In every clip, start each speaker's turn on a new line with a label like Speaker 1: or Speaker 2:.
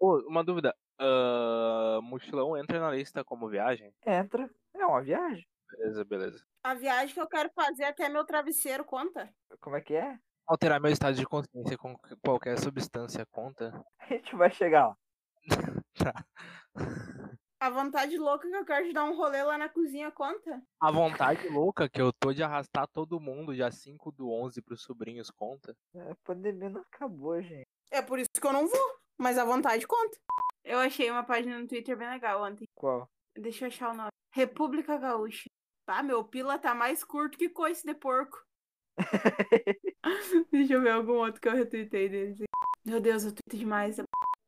Speaker 1: Ô, uma dúvida. Ah, mochilão entra na lista como viagem?
Speaker 2: Entra. É uma viagem.
Speaker 1: Beleza, beleza.
Speaker 3: A viagem que eu quero fazer até meu travesseiro conta.
Speaker 2: Como é que é?
Speaker 1: Alterar meu estado de consciência com qualquer substância conta?
Speaker 2: A gente vai chegar lá.
Speaker 3: A vontade louca que eu quero de dar um rolê lá na cozinha conta.
Speaker 1: A vontade louca que eu tô de arrastar todo mundo dia 5 do 11 pros sobrinhos conta?
Speaker 2: É, A pandemia não acabou, gente.
Speaker 3: É por isso que eu não vou, mas a vontade conta. Eu achei uma página no Twitter bem legal ontem.
Speaker 2: Qual?
Speaker 3: Deixa eu achar o nome. República Gaúcha. Tá, meu pila tá mais curto que coice de porco. Deixa eu ver algum outro que eu retuitei deles. aqui. Meu Deus, eu tuito demais.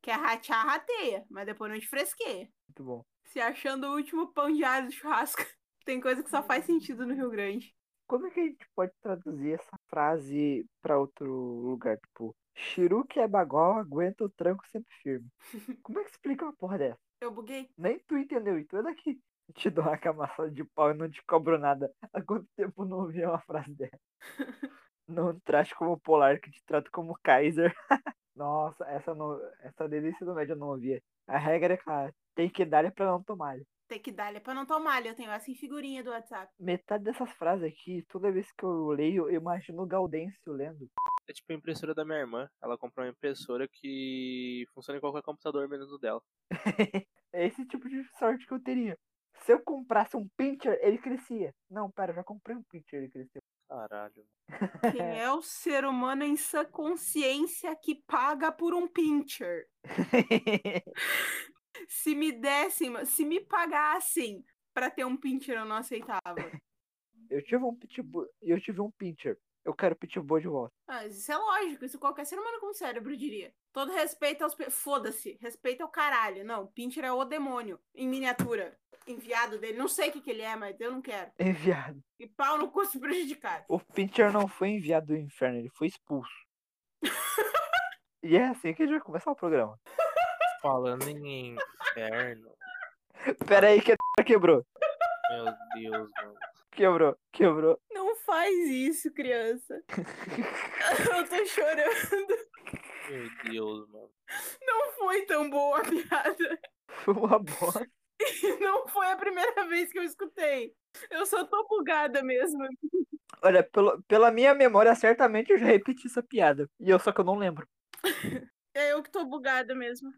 Speaker 3: Quer ratear, é rateia, mas depois não te fresqueia.
Speaker 2: Muito bom.
Speaker 3: Se achando o último pão de alho do churrasco. Tem coisa que só faz sentido no Rio Grande.
Speaker 2: Como é que a gente pode traduzir essa frase pra outro lugar? Tipo, Chiru que é bagol, aguenta o tranco sempre firme. Como é que explica uma porra dessa?
Speaker 3: Eu buguei.
Speaker 2: Nem tu entendeu, e tu é daqui. Eu Te dou uma camaçada de pau e não te cobro nada. Há quanto tempo eu não ouvi uma frase dessa? Não te trate como polar, que te trato como Kaiser. Nossa, essa, não, essa delícia do médio eu não ouvia. A regra é clara, tem que dar é pra não tomar.
Speaker 3: Tem que dar, é pra não tomar. Eu tenho essa em figurinha do WhatsApp.
Speaker 2: Metade dessas frases aqui, toda vez que eu leio, eu imagino o Gaudêncio lendo.
Speaker 1: É tipo a impressora da minha irmã. Ela comprou uma impressora que funciona em qualquer computador menos o dela.
Speaker 2: É esse tipo de sorte que eu teria. Se eu comprasse um pincher, ele crescia. Não, pera, eu já comprei um pincher, ele cresceu.
Speaker 1: Caralho.
Speaker 3: Quem é o ser humano em sã consciência que paga por um pincher? Se me dessem, se me pagassem pra ter um pincher, eu não aceitava.
Speaker 2: eu tive um pitbull, eu tive um pincher. Eu quero pitbull de volta.
Speaker 3: Ah, mas isso é lógico, isso qualquer ser humano com cérebro diria. Todo respeito aos. pe- Foda-se, respeito ao caralho. Não, Pincher é o demônio, em miniatura. Enviado dele, não sei o que, que ele é, mas eu não quero.
Speaker 2: Enviado.
Speaker 3: E pau no custo prejudicado.
Speaker 2: O pincher não foi enviado do inferno, ele foi expulso. e é assim que a gente vai começar o programa.
Speaker 1: Falando em inferno.
Speaker 2: Pera aí que a quebrou.
Speaker 1: Meu Deus, mano.
Speaker 2: Quebrou, quebrou.
Speaker 3: Não faz isso, criança. eu tô chorando.
Speaker 1: Meu Deus, mano.
Speaker 3: Não foi tão boa a piada.
Speaker 2: Foi uma bosta.
Speaker 3: Não foi a primeira vez que eu escutei. Eu só tô bugada mesmo.
Speaker 2: Olha, pelo, pela minha memória, certamente eu já repeti essa piada. E eu só que eu não lembro.
Speaker 3: É eu que tô bugada mesmo.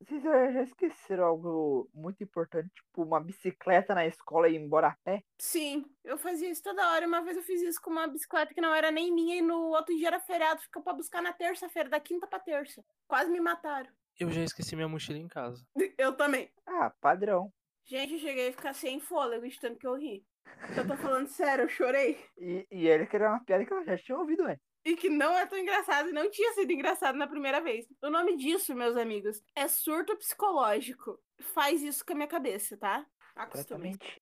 Speaker 2: Vocês já já esqueceram algo muito importante, tipo uma bicicleta na escola e ir embora a pé?
Speaker 3: Sim, eu fazia isso toda hora. Uma vez eu fiz isso com uma bicicleta que não era nem minha e no outro dia era feriado. Ficou pra buscar na terça-feira, da quinta pra terça. Quase me mataram.
Speaker 1: Eu já esqueci minha mochila em casa.
Speaker 3: Eu também.
Speaker 2: Ah, padrão.
Speaker 3: Gente, eu cheguei a ficar sem fôlego de tanto que eu ri. Eu tô falando sério, eu chorei.
Speaker 2: E, e ele queria uma piada que ela já tinha ouvido antes.
Speaker 3: E que não é tão engraçado, e não tinha sido engraçado na primeira vez. O nome disso, meus amigos, é surto psicológico. Faz isso com a minha cabeça, tá? Acostume.
Speaker 2: Exatamente.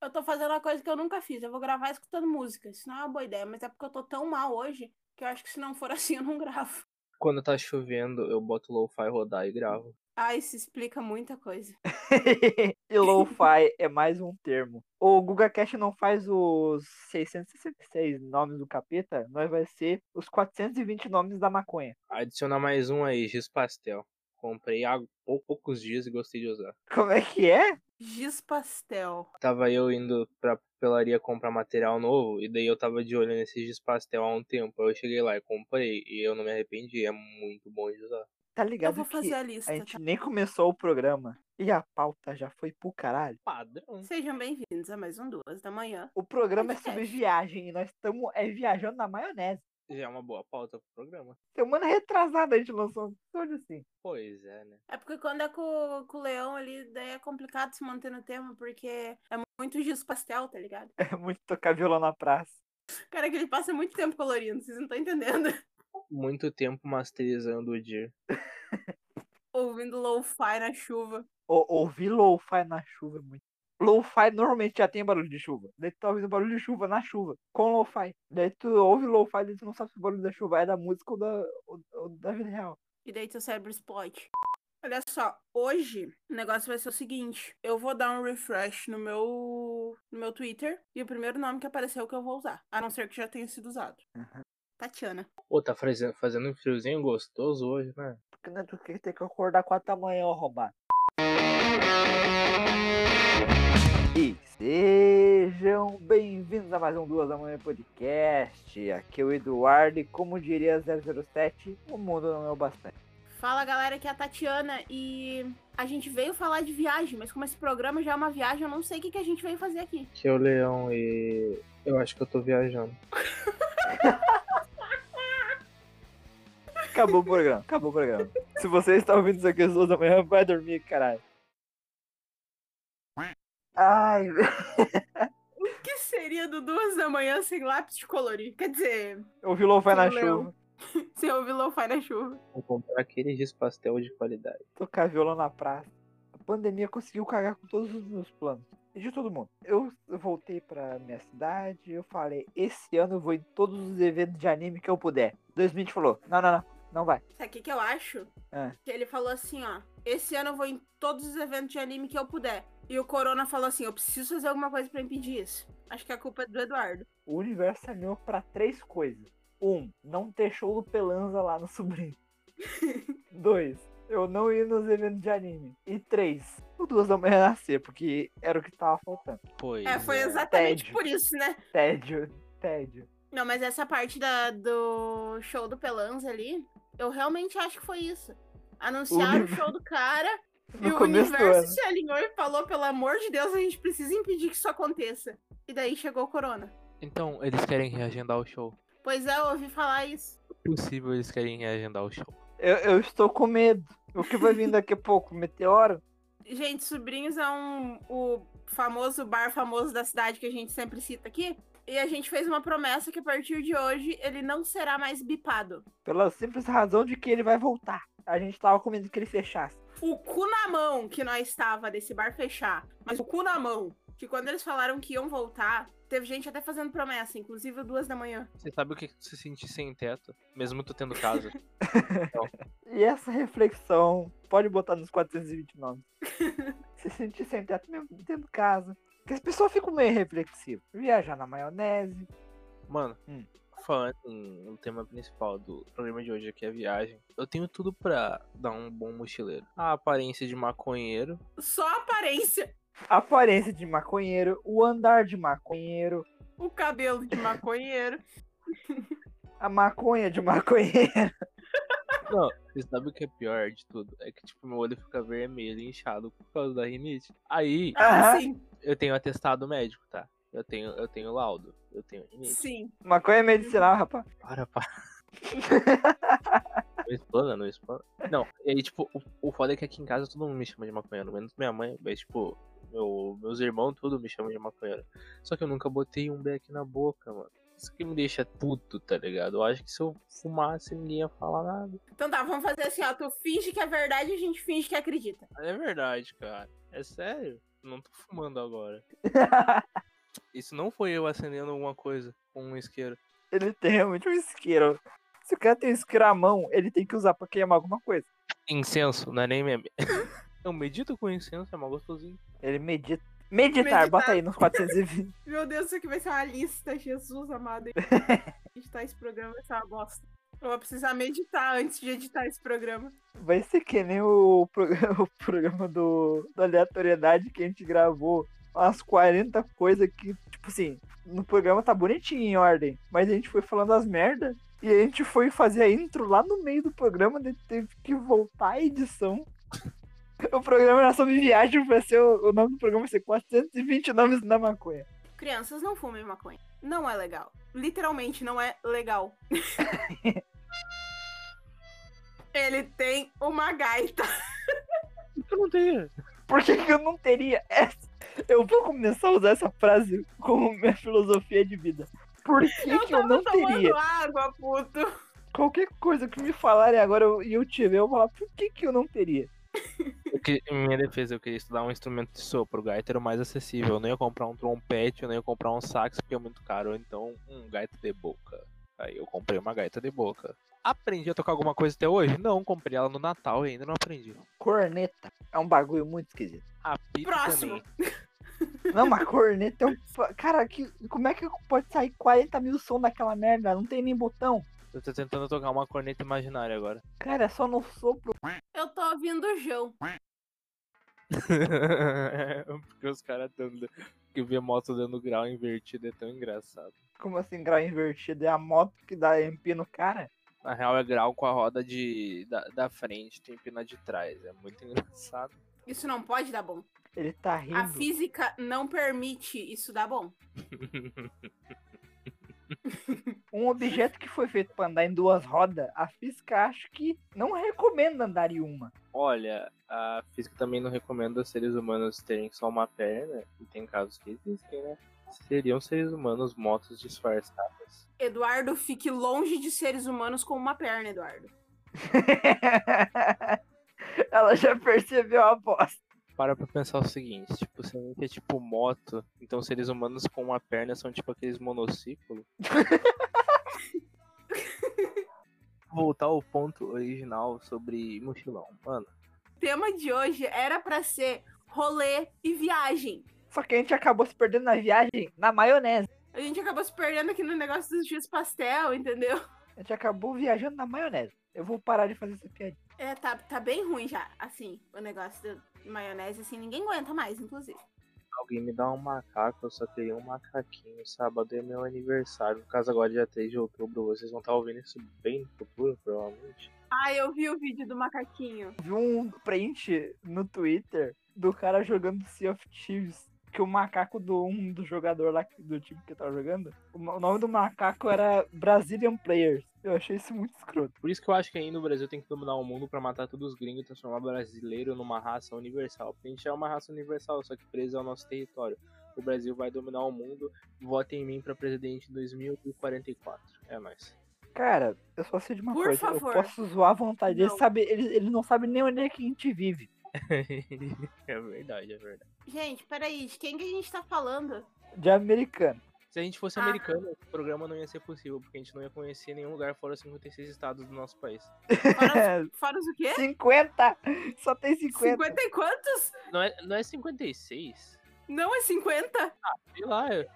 Speaker 3: Eu tô fazendo uma coisa que eu nunca fiz. Eu vou gravar escutando música. Isso não é uma boa ideia, mas é porque eu tô tão mal hoje que eu acho que se não for assim eu não gravo.
Speaker 1: Quando tá chovendo, eu boto o lo-fi rodar e gravo.
Speaker 3: Ah, isso explica muita coisa.
Speaker 2: e lo-fi é mais um termo. O Guga Cash não faz os 666 nomes do capeta, nós vai ser os 420 nomes da maconha.
Speaker 1: Adiciona mais um aí, giz pastel. Comprei há pou- poucos dias e gostei de usar.
Speaker 2: Como é que é?
Speaker 3: Giz pastel.
Speaker 1: Tava eu indo pra papelaria comprar material novo, e daí eu tava de olho nesse giz pastel há um tempo. Aí Eu cheguei lá e comprei, e eu não me arrependi, é muito bom de usar.
Speaker 2: Tá
Speaker 3: Eu
Speaker 2: ligado
Speaker 3: vou
Speaker 2: que
Speaker 3: fazer a
Speaker 2: a
Speaker 3: lista,
Speaker 2: gente
Speaker 3: tá?
Speaker 2: nem começou o programa e a pauta já foi pro caralho.
Speaker 1: Padrão.
Speaker 3: Sejam bem-vindos a mais um Duas da Manhã.
Speaker 2: O programa é
Speaker 3: Podcast.
Speaker 2: sobre viagem e nós estamos é viajando na maionese.
Speaker 1: Já é uma boa pauta pro programa.
Speaker 2: Semana retrasada a gente lançou um episódio assim.
Speaker 1: Pois é, né?
Speaker 3: É porque quando é com, com o leão ali, daí é complicado se manter no tema, porque é muito giz pastel, tá ligado?
Speaker 2: É muito tocar violão na praça.
Speaker 3: Cara, é que ele passa muito tempo colorindo, vocês não estão entendendo.
Speaker 1: Muito tempo masterizando o dia.
Speaker 3: Ouvindo lo-fi na chuva.
Speaker 2: Ou, ouvir lo-fi na chuva é muito. Lo-fi normalmente já tem barulho de chuva. Daí tu tá ouvindo barulho de chuva na chuva, com lo-fi. Daí tu ouve lo-fi, daí tu não sabe se o barulho da chuva é da música ou da, ou- ou da vida real.
Speaker 3: E daí teu cérebro explode. Olha só, hoje o negócio vai ser o seguinte: eu vou dar um refresh no meu, no meu Twitter e o primeiro nome que apareceu é o que eu vou usar, a não ser que já tenha sido usado. Tatiana.
Speaker 1: Ô, tá fazendo, fazendo um friozinho gostoso hoje, né?
Speaker 2: Porque não é tu que tem que acordar quatro da manhã, ô roubado. E sejam bem-vindos a mais um Duas da Manhã Podcast. Aqui é o Eduardo e, como diria 007, o mundo não é o bastante.
Speaker 3: Fala galera, aqui é a Tatiana e a gente veio falar de viagem, mas como esse programa já é uma viagem, eu não sei o que, que a gente veio fazer aqui.
Speaker 1: Que é o leão e. Eu acho que eu tô viajando.
Speaker 2: Acabou o programa, acabou o programa. Se você está ouvindo isso aqui às duas da manhã, vai dormir, caralho. Ai,
Speaker 3: O que seria do duas da manhã sem lápis de colorir? Quer dizer,
Speaker 2: o vilão vai na
Speaker 3: Seu leão.
Speaker 2: chuva.
Speaker 3: sem ouvir lo-fi na chuva.
Speaker 1: Vou comprar aquele giz pastel de qualidade.
Speaker 2: tocar violão na praça. A pandemia conseguiu cagar com todos os meus planos. E de todo mundo. Eu voltei pra minha cidade, eu falei, esse ano eu vou em todos os eventos de anime que eu puder. 2020 falou, não, não, não, não vai.
Speaker 3: Sabe o que, que eu acho?
Speaker 2: Ah.
Speaker 3: Que ele falou assim, ó. Esse ano eu vou em todos os eventos de anime que eu puder. E o Corona falou assim, eu preciso fazer alguma coisa pra impedir isso. Acho que a culpa é do Eduardo.
Speaker 2: O universo é meu pra três coisas. Um, não ter show do Pelanza lá no sobrinho. Dois, eu não ir nos eventos de anime. E três, o duas da manhã nascer, porque era o que tava faltando.
Speaker 1: Pois.
Speaker 3: É, foi exatamente
Speaker 2: Tédio.
Speaker 3: por isso, né?
Speaker 2: Tédio, tédio.
Speaker 3: Não, mas essa parte da- do show do Pelanza ali, eu realmente acho que foi isso. Anunciaram o,
Speaker 2: Univer-
Speaker 3: show do cara e
Speaker 2: No
Speaker 3: o
Speaker 2: começo do
Speaker 3: universo
Speaker 2: ano.
Speaker 3: se alinhou e falou: pelo amor de Deus, a gente precisa impedir que isso aconteça. E daí chegou o Corona.
Speaker 1: Então, eles querem reagendar o show.
Speaker 3: Pois é, eu ouvi falar isso.
Speaker 1: Possível eles querem reagendar o show.
Speaker 2: Eu, eu estou com medo. O que vai vir daqui a pouco? Meteoro?
Speaker 3: Gente, Sobrinhos é um, o famoso bar famoso da cidade que a gente sempre cita aqui. E a gente fez uma promessa que a partir de hoje ele não será mais bipado.
Speaker 2: Pela simples razão de que ele vai voltar. A gente tava com medo que ele fechasse.
Speaker 3: o cu na mão que nós estava desse bar fechar, mas o cu na mão, que quando eles falaram que iam voltar, teve gente até fazendo promessa, inclusive duas da manhã.
Speaker 1: Você sabe o que que se sentir sem teto, mesmo tu tendo casa?
Speaker 2: E essa reflexão pode botar nos 429. Se sentir sem teto mesmo dentro de casa. Porque as pessoas ficam meio reflexivas. Viajar na maionese.
Speaker 1: Mano,
Speaker 2: Hum.
Speaker 1: falando em- o tema principal do programa de hoje, que é viagem, eu tenho tudo pra dar um bom mochileiro. A aparência de maconheiro,
Speaker 3: Só a aparência,
Speaker 2: A aparência de maconheiro. O andar de maconheiro.
Speaker 3: o cabelo de maconheiro.
Speaker 2: A maconha de maconheiro.
Speaker 1: Você sabe o que é pior de tudo? É que, tipo, meu olho fica vermelho e inchado por causa da rinite. Aí,
Speaker 3: Ah,
Speaker 2: Aham.
Speaker 3: sim,
Speaker 1: eu tenho atestado médico, tá? Eu tenho, eu tenho laudo. Eu tenho rinite.
Speaker 3: sim.
Speaker 2: Maconha é medicinal, rapaz.
Speaker 1: Para, para. não explana, não explana. Não, e aí, tipo, o, o foda é que aqui em casa todo mundo me chama de maconheiro, menos minha mãe, mas, tipo, meu, meus irmãos, tudo me chamam de maconheiro. Só que eu nunca botei um beck na boca, mano. Isso que me deixa puto, tá ligado? Eu acho que se eu fumasse, ninguém ia falar nada.
Speaker 3: Então tá, vamos fazer assim, ó. Tu finge que é verdade e a gente finge que acredita.
Speaker 1: Mas É verdade, cara. É sério. Não tô fumando agora. Isso não foi eu acendendo alguma coisa com um isqueiro.
Speaker 2: ele tem realmente um isqueiro. Se o cara tem um isqueiro à mão, ele tem que usar pra queimar alguma coisa.
Speaker 1: Incenso, não é nem minha. eu medito com incenso, é mal gostosinho.
Speaker 2: Ele medita. Meditar, meditar. bota aí nos 420.
Speaker 3: Meu Deus, isso aqui vai ser uma lista, Jesus amado. Editar esse programa vai ser uma bosta. Eu vou precisar meditar antes de editar esse programa.
Speaker 2: Vai ser que nem o programa, o programa do, da aleatoriedade que a gente gravou. Umas 40 coisas que, tipo assim, no programa tá bonitinho em ordem. Mas a gente foi falando as merdas. E a gente foi fazer a intro lá no meio do programa. daí Teve que voltar a edição. O programa era sobre viagem. Vai ser, o o nome do programa vai ser 420 nomes da maconha.
Speaker 3: Crianças, não fumem maconha. Não é legal. Literalmente, não é legal. Ele tem uma gaita.
Speaker 1: Eu não tenho.
Speaker 2: Por que, que eu não teria essa? Eu vou começar a usar essa frase como minha filosofia de vida. Por que que eu
Speaker 3: tava
Speaker 2: não
Speaker 3: tomando
Speaker 2: teria?
Speaker 3: água, puto.
Speaker 2: qualquer coisa que me falarem agora eu- e eu, tiver, eu vou falar, por que que eu não teria?
Speaker 1: Eu que- Em minha defesa, eu queria estudar um instrumento de sopro. O gaita era o mais acessível. Eu não ia comprar um trompete, eu não ia comprar um sax, porque é muito caro. Então, um gaita de boca. Aí eu comprei uma gaita de boca. Aprendi a tocar alguma coisa até hoje? Não, comprei ela no Natal e ainda não aprendi.
Speaker 2: Corneta é um bagulho muito esquisito.
Speaker 1: A pipa
Speaker 3: Próximo.
Speaker 1: também.
Speaker 2: Não, mas corneta é um. fa- Cara, que, como é que pode sair 40 mil som daquela merda? Não tem nem botão.
Speaker 1: Eu tô tentando tocar uma corneta imaginária agora.
Speaker 2: Cara, é só no sopro.
Speaker 3: Eu tô ouvindo o João.
Speaker 1: Porque os caras dando. Que ver moto dando grau invertido é tão engraçado.
Speaker 2: Como assim, grau invertido? É a moto que dá MP no cara?
Speaker 1: Na real, é grau com a roda de, da, da frente, tem pina de trás. É muito engraçado.
Speaker 3: Isso não pode dar bom.
Speaker 2: Ele tá
Speaker 3: A
Speaker 2: rindo.
Speaker 3: física não permite isso dar bom.
Speaker 2: Um objeto que foi feito pra andar em duas rodas, a física acho que não recomenda andar em uma.
Speaker 1: Olha, a física também não recomenda aos seres humanos terem só uma perna, e tem casos que existem, né? Seriam seres humanos motos disfarçadas.
Speaker 3: Eduardo, fique longe de seres humanos com uma perna, Eduardo.
Speaker 2: Ela já percebeu a bosta.
Speaker 1: Para pra pensar o seguinte, tipo, se a gente é tipo moto, então seres humanos com uma perna são tipo aqueles monociclos. Voltar ao ponto original sobre mochilão, mano.
Speaker 3: O tema de hoje era pra ser rolê e viagem.
Speaker 2: Só que a gente acabou se perdendo na viagem na maionese.
Speaker 3: A gente acabou se perdendo aqui no negócio dos dias pastel, entendeu?
Speaker 2: A gente acabou viajando na maionese. Eu vou parar de fazer essa piadinha.
Speaker 3: É, tá, tá bem ruim já, assim, o negócio da maionese, assim, ninguém aguenta mais, inclusive.
Speaker 1: Alguém me dá um macaco, eu só queria um macaquinho. Sábado é meu aniversário. No caso, agora é dia 3 de outubro. Vocês vão estar ouvindo isso bem no futuro, provavelmente.
Speaker 3: Ah, eu vi o vídeo do macaquinho.
Speaker 2: Vi um print no Twitter do cara jogando Sea of Thieves. Que o macaco do um do jogador lá que- do time que tava jogando. O ma- o nome do macaco era Brazilian Players. Eu achei isso muito escroto.
Speaker 1: Por isso que eu acho que aí no Brasil tem que dominar o mundo pra matar todos os gringos e transformar brasileiro numa raça universal. Porque a gente é uma raça universal, só que presa ao nosso território. O Brasil vai dominar o mundo. Vota em mim pra presidente em 2044. É nóis.
Speaker 2: Cara, eu só sei de uma
Speaker 3: Por
Speaker 2: coisa.
Speaker 3: favor.
Speaker 2: Eu posso zoar à vontade. Ele,
Speaker 3: Não.
Speaker 2: sabe, ele, ele não sabe nem onde é que a gente vive.
Speaker 1: é verdade, é verdade.
Speaker 3: Gente, peraí, de quem que a gente tá falando?
Speaker 2: De americano.
Speaker 1: Se a gente fosse
Speaker 3: Ah.
Speaker 1: americano, o programa não ia ser possível, porque a gente não ia conhecer nenhum lugar fora os 56 estados do nosso país.
Speaker 3: Fora, os- fora os o quê?
Speaker 2: 50! Só tem 50.
Speaker 3: 50 e quantos?
Speaker 1: Não é, não é 56?
Speaker 3: Não é 50?
Speaker 1: Sei lá. é-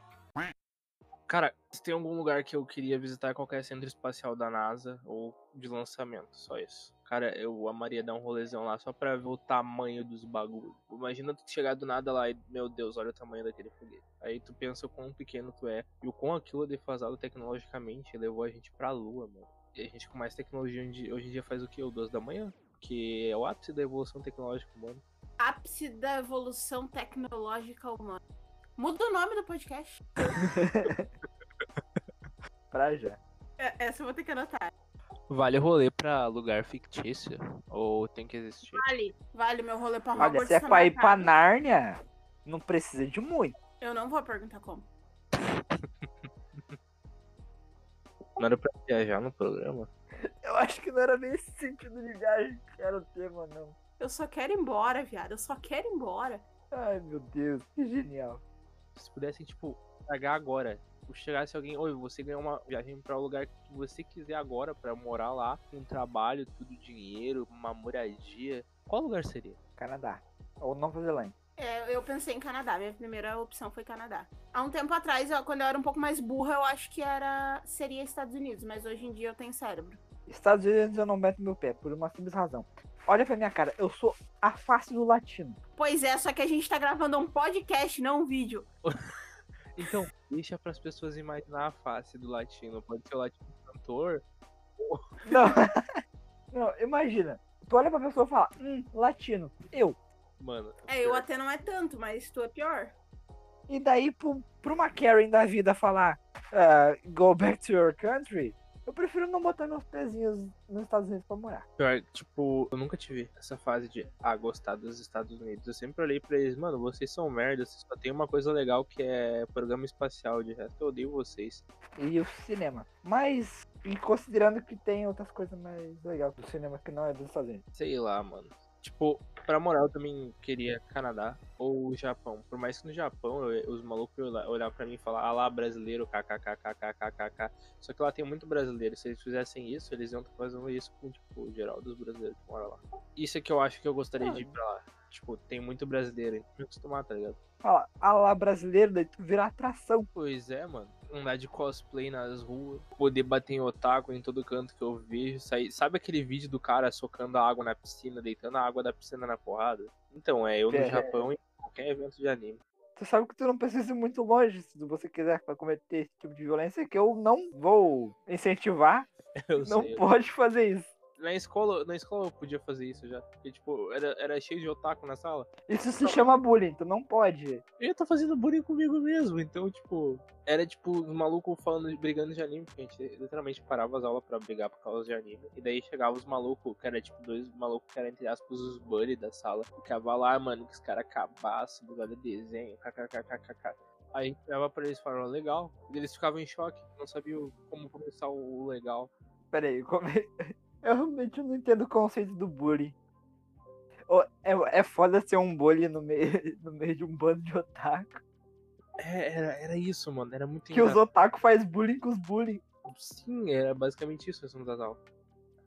Speaker 1: Cara, se tem algum lugar que eu queria visitar é qualquer centro espacial da NASA ou de lançamento, só isso. Cara, eu amaria dar um rolezão lá só pra ver o tamanho dos bagulhos. Imagina tu chegar do nada lá e, meu Deus, olha o tamanho daquele foguete. Aí tu pensa o quão pequeno tu é e o quão aquilo é defasado tecnologicamente levou a gente pra lua, mano. E a gente com mais tecnologia hoje hoje em dia faz o quê? O 2 da manhã? Que é o ápice da evolução tecnológica humana.
Speaker 3: Ápice da evolução tecnológica humana. Muda o nome do podcast.
Speaker 2: Pra já.
Speaker 3: É, Essa eu vou ter que anotar.
Speaker 1: Vale rolê pra lugar fictício? Ou tem que existir?
Speaker 3: Vale, vale meu rolê pra
Speaker 2: Olha,
Speaker 3: Hogwarts.
Speaker 2: se é
Speaker 3: tá
Speaker 2: pra ir pra
Speaker 3: marcado.
Speaker 2: Nárnia, não precisa de muito.
Speaker 3: Eu não vou perguntar como.
Speaker 1: Não era pra viajar no programa?
Speaker 2: Eu acho que não era nem esse sentido de viagem que era o tema, não.
Speaker 3: Eu só quero ir embora, viado. Eu só quero ir embora.
Speaker 2: Ai, meu Deus, que genial.
Speaker 1: Se pudessem, tipo, pagar agora. Ou Chegasse alguém, oi, você ganhou uma viagem pra o lugar que você quiser agora, pra morar lá, com trabalho, tudo, dinheiro, uma moradia. Qual lugar seria?
Speaker 2: Canadá. Ou Nova Zelândia.
Speaker 3: É, eu pensei em Canadá. Minha primeira opção foi Canadá. Há um tempo atrás, eu- quando eu era um pouco mais burra, eu acho que era seria Estados Unidos. Mas hoje em dia eu tenho cérebro.
Speaker 2: Estados Unidos eu não meto meu pé, por uma simples razão. Olha pra minha cara, eu sou a face do latino.
Speaker 3: Pois é, só que a gente tá gravando um podcast, não um vídeo.
Speaker 1: Então, deixa pras pessoas imaginar a face do latino. Pode ser o latino cantor.
Speaker 2: Não, não imagina. Tu olha pra pessoa e fala, hum, latino, eu.
Speaker 1: Mano,
Speaker 3: É, eu
Speaker 1: pior.
Speaker 3: até não é tanto, mas tu é pior.
Speaker 2: E daí pro, pra uma Karen da vida falar, ah, go back to your country, eu prefiro não botar meus pezinhos nos Estados Unidos pra morar.
Speaker 1: Pior, tipo, eu nunca tive essa fase de ah, gostar dos Estados Unidos. Eu sempre olhei pra eles, mano, vocês são merda, vocês só tem uma coisa legal que é programa espacial, de resto eu odeio vocês.
Speaker 2: e o cinema. Mas, e considerando que tem outras coisas mais legais do cinema que não é dos Estados Unidos.
Speaker 1: Sei lá, mano. Tipo, pra moral eu também queria Canadá ou Japão. Por mais que no Japão eu- os malucos iam olhar, olhar pra mim e falar, ah lá, brasileiro, kkkkkkk. Só que lá tem muito brasileiro. Se eles fizessem isso, eles iam estar fazendo isso com, tipo, geral dos brasileiros que moram lá. Isso é que eu acho que eu gostaria de ir pra lá. Tipo, tem muito brasileiro aí. Tem que me acostumar, tá ligado?
Speaker 2: Fala, ah lá, brasileiro, daí tu vira atração.
Speaker 1: Pois é, mano. Andar de cosplay nas ruas, poder bater em otaku em todo canto que eu vejo. Sair... Sabe aquele vídeo do cara socando a água na piscina, deitando a água da piscina na porrada? Então, é eu no
Speaker 2: É.
Speaker 1: Japão e em qualquer evento de anime.
Speaker 2: Tu sabe que tu não precisa ir muito longe se você quiser cometer esse tipo de violência, que eu não vou incentivar.
Speaker 1: Eu
Speaker 2: não
Speaker 1: sei, eu-
Speaker 2: pode fazer isso.
Speaker 1: Na escola, na escola eu podia fazer isso já. Porque, tipo, era, era cheio de otaku na sala.
Speaker 2: Isso se chama bullying, tu não pode.
Speaker 1: Eu ia tá fazendo bullying comigo mesmo. Então, tipo, era tipo os malucos falando, brigando de anime, porque a gente literalmente parava as aulas pra brigar por causa de anime. E daí chegava os malucos, que era tipo dois malucos que eram, entre aspas, os bully da sala. Ficava lá, mano, que os caras cabaço, do lado de desenho, kkkkk. Aí dava pra eles falaram legal, e eles ficavam em choque, não sabiam como começar o o legal.
Speaker 2: Pera aí, como é- eu realmente não entendo o conceito do bullying. Ô, É, é foda ser um bullying no meio, no meio de um bando de otaku.
Speaker 1: É, era, era isso, mano, era muito
Speaker 2: Que os otaku faz bullying com os bullying.
Speaker 1: engraçado. Sim, era basicamente isso a questão das aulas.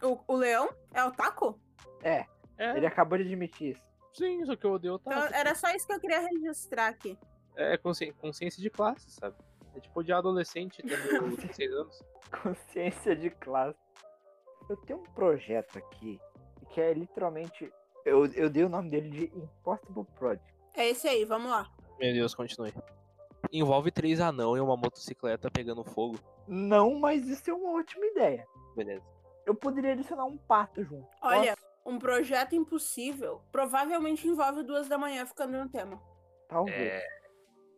Speaker 3: O, o leão é o taco?
Speaker 1: É,
Speaker 2: Ele acabou de admitir isso.
Speaker 1: sim, só que eu odeio
Speaker 3: Então,
Speaker 1: otaku.
Speaker 3: era só isso que eu queria registrar aqui.
Speaker 1: É consci- consciência de classe, sabe? É tipo de adolescente tendo 16 anos.
Speaker 2: Consciência de classe. Eu tenho um projeto aqui que é literalmente. Eu, eu dei o nome dele de Impossible Project.
Speaker 3: É esse aí, vamos lá.
Speaker 1: Meu Deus, continue. Envolve três anão e uma motocicleta pegando fogo.
Speaker 2: Não, mas isso é uma ótima ideia.
Speaker 1: Beleza.
Speaker 2: Eu poderia adicionar um pato junto.
Speaker 3: Olha,
Speaker 2: Posso?
Speaker 3: um projeto impossível provavelmente envolve duas da manhã ficando no tema.
Speaker 2: talvez.
Speaker 1: É,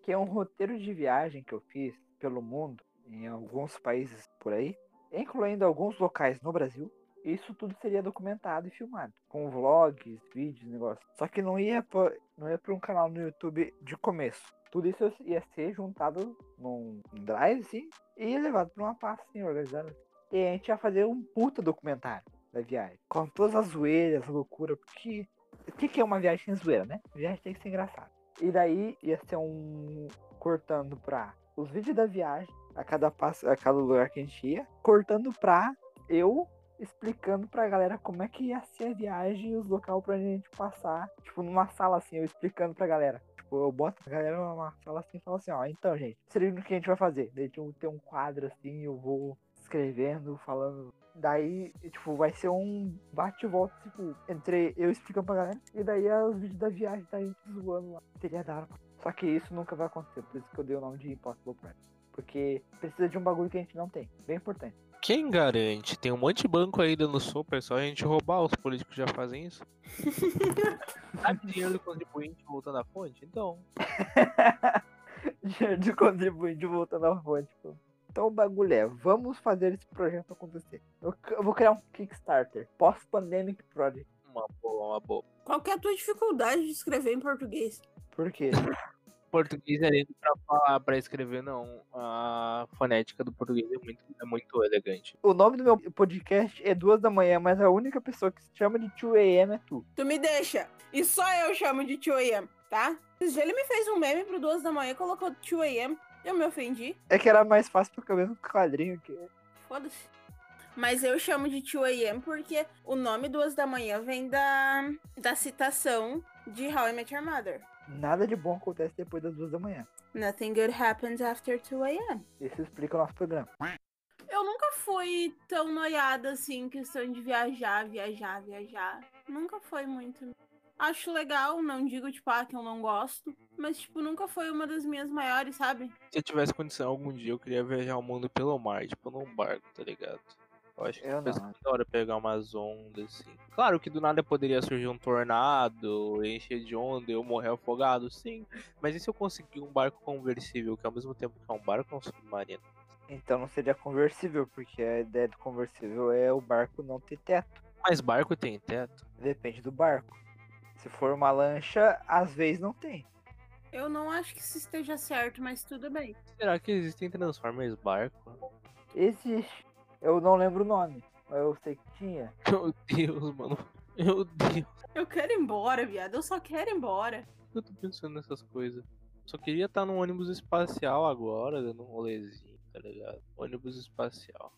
Speaker 2: que é um roteiro de viagem que eu fiz pelo mundo, em alguns países por aí, incluindo alguns locais no Brasil. Isso tudo seria documentado e filmado, com vlogs, vídeos, negócio. Só que não ia pra, não ia para um canal no YouTube de começo. Tudo isso ia ser juntado num drive, assim, e levado pra uma pasta, assim, organizando. E a gente ia fazer um puta documentário da viagem. Com todas as zoeiras, loucura, porque... O que que é uma viagem sem zoeira, né? Viagem tem que ser engraçada. E daí ia ser um. cortando pra os vídeos da viagem, a cada passo, a cada lugar que a gente ia, cortando pra eu explicando pra galera como é que ia ser a viagem e os locais pra gente passar. Tipo, numa sala assim, eu explicando pra galera. Tipo, eu boto a galera numa sala assim e falo assim, ó, então, gente, seria o que a gente vai fazer. Daí tipo, tem um quadro assim, eu vou escrevendo, falando. Daí, tipo, vai ser um bate e volta, tipo, entre eu explicando pra galera. E daí é os vídeos da viagem da gente zoando lá. Seria da hora. Só que isso nunca vai acontecer, por isso que eu dei o nome de Impossible Project. Porque precisa de um bagulho que a gente não tem. Bem importante.
Speaker 1: Quem garante? Tem um monte de banco ainda no sopro, é só a gente roubar, os políticos já fazem isso. Sabe dinheiro do contribuinte voltando à fonte? Então.
Speaker 2: Dinheiro de contribuinte voltando ao fonte. pô. Então o bagulho é, vamos fazer esse projeto acontecer. Eu, c- eu vou criar um Kickstarter, Post-Pandemic Project.
Speaker 1: Uma boa, uma boa.
Speaker 3: Qual que é a tua dificuldade de escrever em português?
Speaker 2: Por quê?
Speaker 1: Português é lindo pra falar, pra escrever, não. A fonética do português é muito, é muito elegante.
Speaker 2: O nome do meu podcast é duas da manhã, mas a única pessoa que se chama de 2am é tu.
Speaker 3: Tu me deixa. E só eu chamo de 2am, tá? Esse dia ele me fez um meme pro duas da manhã e colocou 2am. Eu me ofendi.
Speaker 2: É que era mais fácil pra caber no quadrinho que
Speaker 3: Foda-se. Mas eu chamo de 2am porque o nome duas da manhã vem da, da citação de How I Met Your Mother.
Speaker 2: nada de bom acontece depois das duas da manhã.
Speaker 3: Nothing good happens after 2am.
Speaker 2: Isso explica o nosso programa.
Speaker 3: Eu nunca fui tão noiada assim, em questão de viajar, viajar, viajar. Nunca foi muito. Acho legal, não digo, tipo, ah, que eu não gosto. Mas, tipo, nunca foi uma das minhas maiores, sabe?
Speaker 1: se eu tivesse condição algum dia, eu queria viajar o mundo pelo mar, tipo num barco, tá ligado? Eu acho que
Speaker 2: Eu
Speaker 1: depois
Speaker 2: não.
Speaker 1: da hora pegar umas ondas, assim. Claro que do nada poderia surgir um tornado, encher de onda, eu morrer afogado, sim. Mas e se eu conseguir um barco conversível, que ao mesmo tempo que é um barco, é um submarino?
Speaker 2: Então não seria conversível, porque a ideia do conversível é o barco não ter teto.
Speaker 1: Mas barco tem teto?
Speaker 2: Depende do barco. Se for uma lancha, às vezes não tem.
Speaker 3: Eu não acho que isso esteja certo, mas tudo bem.
Speaker 1: Será que existem Transformers barco?
Speaker 2: Existe. Eu não lembro o nome, mas eu sei que tinha.
Speaker 1: Meu Deus, mano. Meu Deus.
Speaker 3: Eu quero ir embora, viado. Eu só quero ir embora.
Speaker 1: Eu tô pensando nessas coisas. Só queria estar num ônibus tá espacial agora, dando um rolezinho, tá ligado? Ônibus espacial.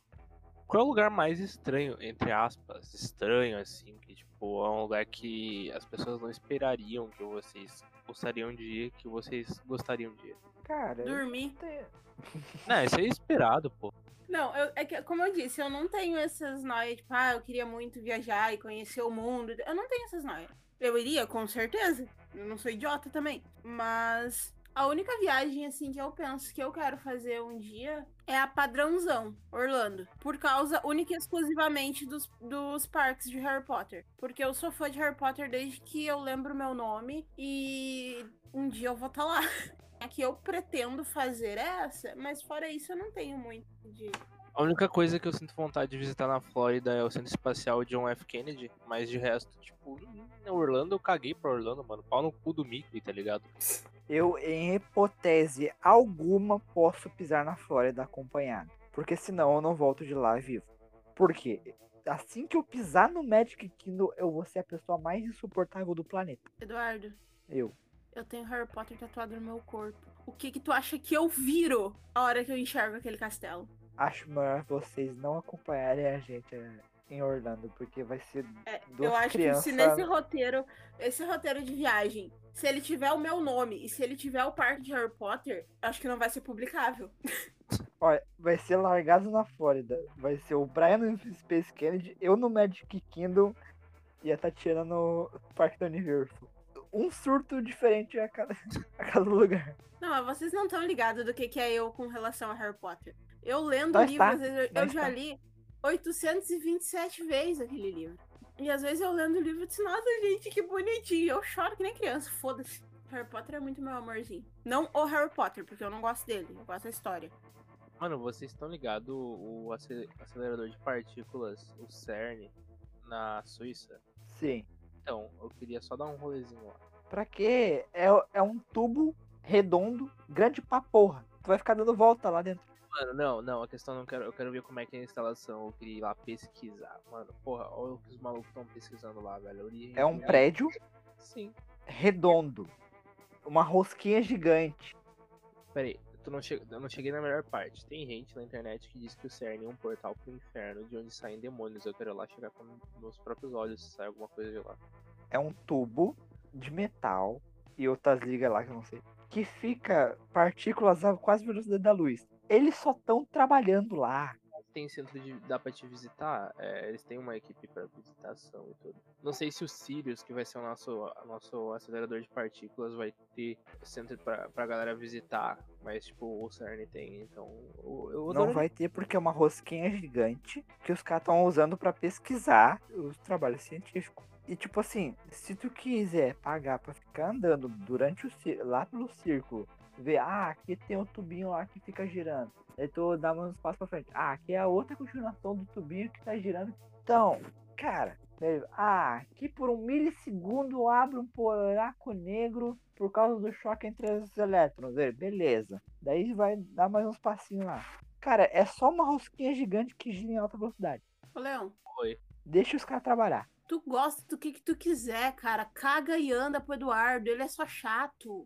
Speaker 1: Qual é o lugar mais estranho, entre aspas, estranho, assim, que, tipo, é um lugar que as pessoas não esperariam que vocês gostariam de ir, que vocês gostariam de ir?
Speaker 2: Cara,
Speaker 3: Dormir.
Speaker 2: tem-
Speaker 1: Não, isso é esperado, pô.
Speaker 3: Não, eu- é que, como eu disse, eu não tenho essas noias, tipo, ah, eu queria muito viajar e conhecer o mundo. Eu não tenho essas noias. Eu iria, com certeza. Eu não sou idiota também. Mas a única viagem, assim, que eu penso que eu quero fazer um dia é a padrãozão, Orlando. Por causa única e exclusivamente dos, dos parques de Harry Potter. Porque eu sou fã de Harry Potter desde que eu lembro meu nome e um dia eu vou estar lá. A que eu pretendo fazer é essa, mas fora isso eu não tenho muito de.
Speaker 1: A única coisa que eu sinto vontade de visitar na Flórida é o Centro Espacial John F. Kennedy, mas de resto, tipo, em Orlando eu caguei pra Orlando, mano. Pau no cu do Mickey, tá ligado?
Speaker 2: Eu, em hipótese alguma, posso pisar na Flórida acompanhado. Porque senão eu não volto de lá vivo. Por quê? Assim que eu pisar no Magic Kingdom, eu vou ser a pessoa mais insuportável do planeta.
Speaker 3: Eduardo,
Speaker 2: Eu.
Speaker 3: eu tenho Harry Potter tatuado no meu corpo. O que que tu acha que eu viro a hora que eu enxergo aquele castelo?
Speaker 2: Acho melhor vocês não acompanharem a gente eh, em Orlando, porque vai ser
Speaker 3: É,
Speaker 2: duas
Speaker 3: eu acho
Speaker 2: crianças.
Speaker 3: que se nesse roteiro, esse roteiro de viagem, se ele tiver o meu nome e se ele tiver o parque de Harry Potter, eu acho que não vai ser publicável.
Speaker 2: Olha, vai ser largado na Flórida. Vai ser o Brian no Space Kennedy, eu no Magic Kingdom e a Tatiana no Parque do Universo. Um surto diferente a cada, a cada lugar.
Speaker 3: Não, mas vocês não estão ligados do que, que é eu com relação a Harry Potter. Eu lendo
Speaker 2: Nós
Speaker 3: livro,
Speaker 2: tá,
Speaker 3: às vezes eu, eu
Speaker 2: nós
Speaker 3: já
Speaker 2: tá.
Speaker 3: li 827 vezes aquele livro. E às vezes eu lendo o livro e disse, nossa, gente, que bonitinho. Eu choro que nem criança, foda-se. Harry Potter é muito meu amorzinho. Não o Harry Potter, porque eu não gosto dele, eu gosto da história.
Speaker 1: Mano, vocês estão ligados o ace- acelerador de partículas, o CERN, na Suíça?
Speaker 2: Sim.
Speaker 1: Então, eu queria só dar um rolezinho lá.
Speaker 2: Pra quê? É, é um tubo redondo, grande pra porra. Tu vai ficar dando volta lá dentro.
Speaker 1: Mano, não, não, a questão não quero. Eu quero ver como é que é a instalação. Eu queria ir lá pesquisar. Mano, porra, olha o que os malucos estão pesquisando lá, velho. Eu iria-
Speaker 2: É um prédio
Speaker 1: Sim.
Speaker 2: redondo. Uma rosquinha gigante.
Speaker 1: Peraí, tu não che... eu não cheguei na melhor parte. Tem gente na internet que diz que o CERN é um portal pro inferno de onde saem demônios. Eu quero lá chegar com meus próprios olhos se sai alguma coisa de lá.
Speaker 2: É um tubo de metal e outras ligas lá que eu não sei. Que fica partículas a quase velocidade da luz. Eles só estão trabalhando lá.
Speaker 1: Tem centro de. dá pra te visitar? É, eles têm uma equipe pra visitação e tudo. Não sei se o Sirius, que vai ser o nosso, o nosso acelerador de partículas, vai ter centro pra, pra galera visitar. Mas, tipo, o CERN tem, então. Eu, eu
Speaker 2: Não
Speaker 1: adoraria-
Speaker 2: vai ter porque é uma rosquinha gigante que os caras estão usando pra pesquisar os trabalhos científicos. E tipo assim, se tu quiser pagar pra ficar andando durante o ci- lá pelo círculo, ver, ah, aqui tem um tubinho lá que fica girando. Aí tu dá uns passos pra frente. Ah, aqui é a outra continuação do tubinho que tá girando. Então, cara, daí, ah, aqui por um milissegundo abre um buraco negro por causa do choque entre os elétrons. Daí, Beleza. Daí vai dar mais uns passinhos lá. Cara, é só uma rosquinha gigante que gira em alta velocidade.
Speaker 3: Ô, Leão,
Speaker 2: Deixa os caras trabalhar.
Speaker 3: tu gosta do que, que tu quiser, cara. Caga e anda pro Eduardo, ele é só chato.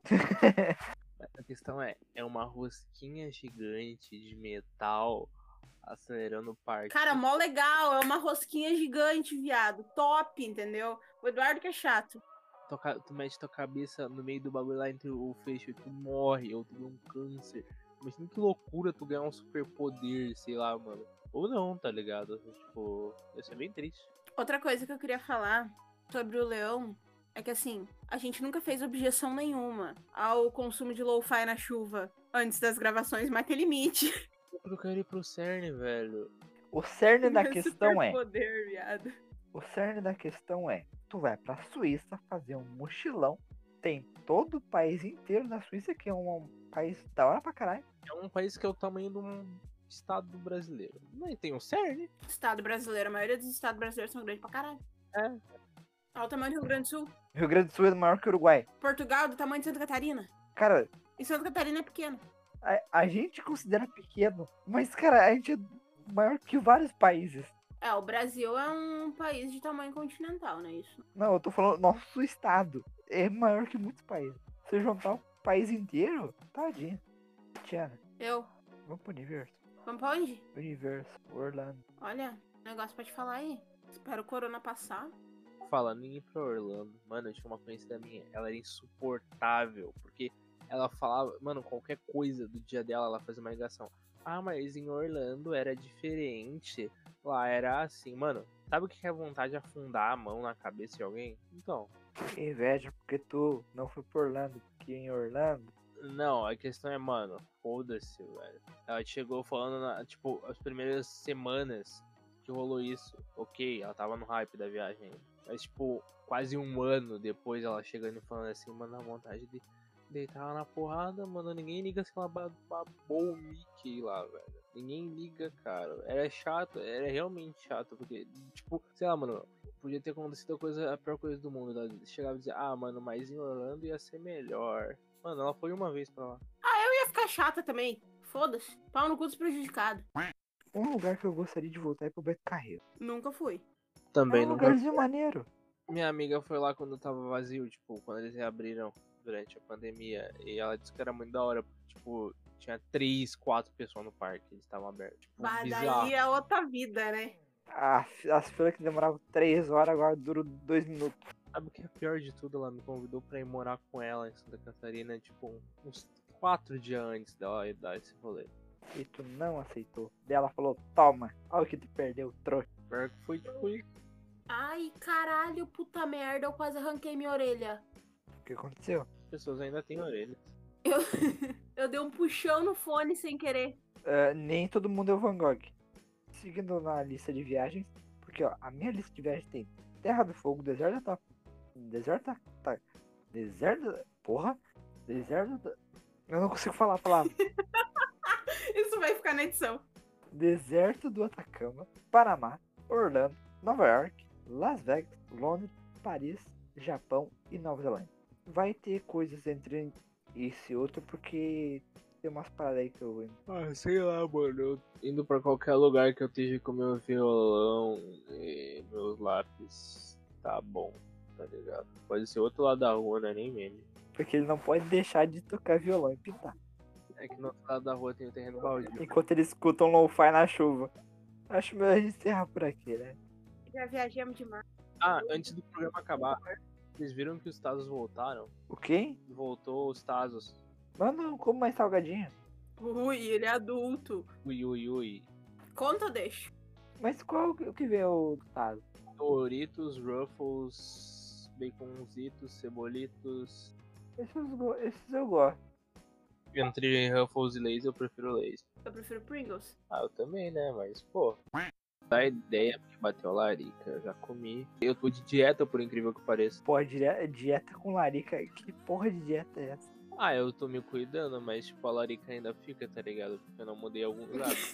Speaker 1: A questão é, é uma rosquinha gigante de metal acelerando parte.
Speaker 3: Cara, mó legal, é uma rosquinha gigante, viado. Top, entendeu? O Eduardo que é chato.
Speaker 1: toca- tu mete tua cabeça no meio do bagulho lá entre o fecho e tu morre, ou tu ganha um câncer. Imagina que loucura tu ganhar um superpoder, sei lá, mano. Ou não, tá ligado? Tipo, ia ser bem triste.
Speaker 3: Outra coisa que eu queria falar sobre o leão é que assim, a gente nunca fez objeção nenhuma ao consumo de lo-fi na chuva antes das gravações, mas tem limite.
Speaker 1: Eu quero ir pro CERN, velho.
Speaker 2: O cerne da questão é.
Speaker 3: Poder, viado.
Speaker 2: O cerne da questão é, tu vai pra Suíça fazer um mochilão. Tem todo o país inteiro da Suíça, que é um país da hora pra caralho.
Speaker 1: É um país que é o tamanho de um estado brasileiro. Mas tem um CERN.
Speaker 3: Estado brasileiro, a maioria dos estados brasileiros são grandes pra caralho.
Speaker 1: É.
Speaker 3: Olha o tamanho do Rio Grande do Sul.
Speaker 2: Rio Grande do Sul é maior que o Uruguai.
Speaker 3: Portugal, do tamanho de Santa Catarina.
Speaker 2: Cara,
Speaker 3: E Santa Catarina é pequena.
Speaker 2: a, a gente considera pequeno, mas, cara, a gente é maior que vários países.
Speaker 3: É, o Brasil é um país de tamanho continental, não é isso?
Speaker 2: Não, eu tô falando nosso estado. É maior que muitos países. Se juntar o país inteiro, tadinho. Tiana,
Speaker 3: Eu.
Speaker 2: vamos pro universo.
Speaker 3: Vamos pra onde?
Speaker 2: Universo, Orlando.
Speaker 3: Olha, o negócio pode falar aí. Espero o corona passar.
Speaker 1: Falando em ir pra Orlando, mano, eu tinha uma conhecida minha, ela era insuportável, porque ela falava, mano, qualquer coisa do dia dela, ela fazia uma ligação. Ah, mas em Orlando era diferente. Lá era assim, mano. Sabe o que é vontade de afundar a mão na cabeça de alguém? Então,
Speaker 2: Inveja porque tu não foi pra Orlando, porque em Orlando.
Speaker 1: não, a questão é, mano, foda-se, velho. Ela chegou falando, na- tipo, as primeiras semanas que rolou isso. Ok, ela tava no hype da viagem. Mas, tipo, quase um ano depois ela chegando e falando assim, mano, a vontade de deitar ela na porrada, mano. Ninguém liga se ela ba- babou o Mickey lá, velho. Ninguém liga, cara. Era chato, era realmente chato, porque, tipo, sei lá, mano, podia ter acontecido a, coisa, a pior coisa do mundo. Ela chegava e dizia, ah, mano, mas em Orlando ia ser melhor. Mano, ela foi uma vez pra lá.
Speaker 3: Eu ia ficar chata também. Foda-se. Pau no cu dos prejudicados.
Speaker 2: Um lugar que eu gostaria de voltar é pro Beto Carreiro.
Speaker 3: Nunca fui.
Speaker 1: Também
Speaker 2: é um
Speaker 1: nunca.
Speaker 2: lugarzinho maneiro.
Speaker 1: Minha amiga foi lá quando tava vazio, tipo, quando eles reabriram durante a pandemia. E ela disse que era muito da hora, porque, tipo, tinha três, quatro pessoas no parque, eles estavam abertos. Tipo,
Speaker 3: Bah,
Speaker 1: bizarro.
Speaker 3: daí é outra vida, né?
Speaker 2: Ah, as filas que demoravam 3 horas agora duram 2 minutos.
Speaker 1: Sabe o que é pior de tudo? Ela me convidou pra ir morar com ela em Santa Catarina, tipo, uns quatro dias antes dela dar esse rolê.
Speaker 2: E tu não aceitou. Daí ela falou, toma, olha o que tu perdeu, trouxa.
Speaker 1: Pior que foi, tipo, isso.
Speaker 3: Ai, caralho, puta merda, eu quase arranquei minha orelha.
Speaker 2: O que aconteceu?
Speaker 1: as pessoas ainda têm orelha.
Speaker 3: Eu, eu dei um puxão no fone sem querer.
Speaker 2: Ah, nem todo mundo é o Van Gogh. Seguindo na lista de viagens, porque ó, a minha lista de viagens tem Terra do Fogo, Deserto da Deserto da Ta- Deserto da- Porra? Deserto da... Eu não consigo falar a palavra.
Speaker 3: Isso vai ficar na edição.
Speaker 2: Deserto do Atacama, Panamá, Orlando, Nova York, Las Vegas, Londres, Paris, Japão e Nova Zelândia. Vai ter coisas entre esse outro porque tem umas paradas aí que eu
Speaker 1: Ah, sei lá, mano. Eu indo pra qualquer lugar que eu esteja com meu violão e meus lápis, tá bom, tá ligado? Pode ser outro lado da rua, né? Nem meme.
Speaker 2: porque ele não pode deixar de tocar violão e pintar.
Speaker 1: É que no outro lado da rua tem o terreno baldio.
Speaker 2: enquanto eles escutam lo-fi na chuva. Acho melhor a gente encerrar por aqui, né?
Speaker 3: Já viajamos demais.
Speaker 1: Ah, antes do programa acabar, vocês viram que os Tazos voltaram?
Speaker 2: O quê?
Speaker 1: Voltou os Tazos.
Speaker 2: Mas não, como mais salgadinho.
Speaker 3: Ui, ele é adulto.
Speaker 1: Ui, ui, ui.
Speaker 3: Conta ou deixo?
Speaker 2: Mas qual que- o que vem o Tazo?
Speaker 1: Doritos, Ruffles, Baconzitos, Cebolitos.
Speaker 2: Esses, eu go- esses eu gosto.
Speaker 1: Entre Ruffles e Lays, eu prefiro Lays.
Speaker 3: Eu prefiro Pringles.
Speaker 1: Ah, eu também, né? Mas, pô. Dá ideia porque bateu a larica. Eu já comi. Eu tô de dieta, por incrível que pareça.
Speaker 2: Pô, dire- dieta com larica. Que porra de dieta é essa?
Speaker 1: Ah, eu tô me cuidando, mas, tipo, a larica ainda fica, tá ligado? Porque eu não mudei alguns hábitos.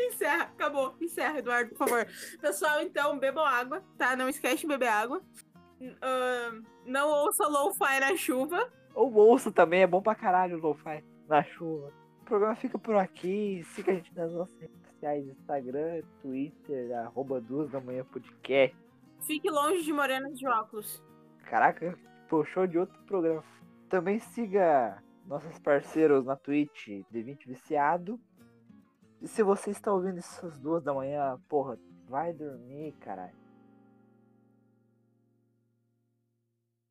Speaker 3: Encerra, acabou. Encerra, Eduardo, por favor. Pessoal, então, bebam água, tá? Não esquece de beber água. N- ahn, não ouça low-fi na chuva.
Speaker 2: Ou bolso também, é bom pra caralho o lo-fi na chuva. O programa fica por aqui. Siga a gente nas nossas redes sociais: Instagram, Twitter, arroba duas da manhã podcast.
Speaker 3: Fique longe de morenas de óculos.
Speaker 2: Caraca, puxou de outro programa. Também siga nossos parceiros na Twitch, D20 Viciado. E se você está ouvindo essas duas da manhã, porra, vai dormir, caralho.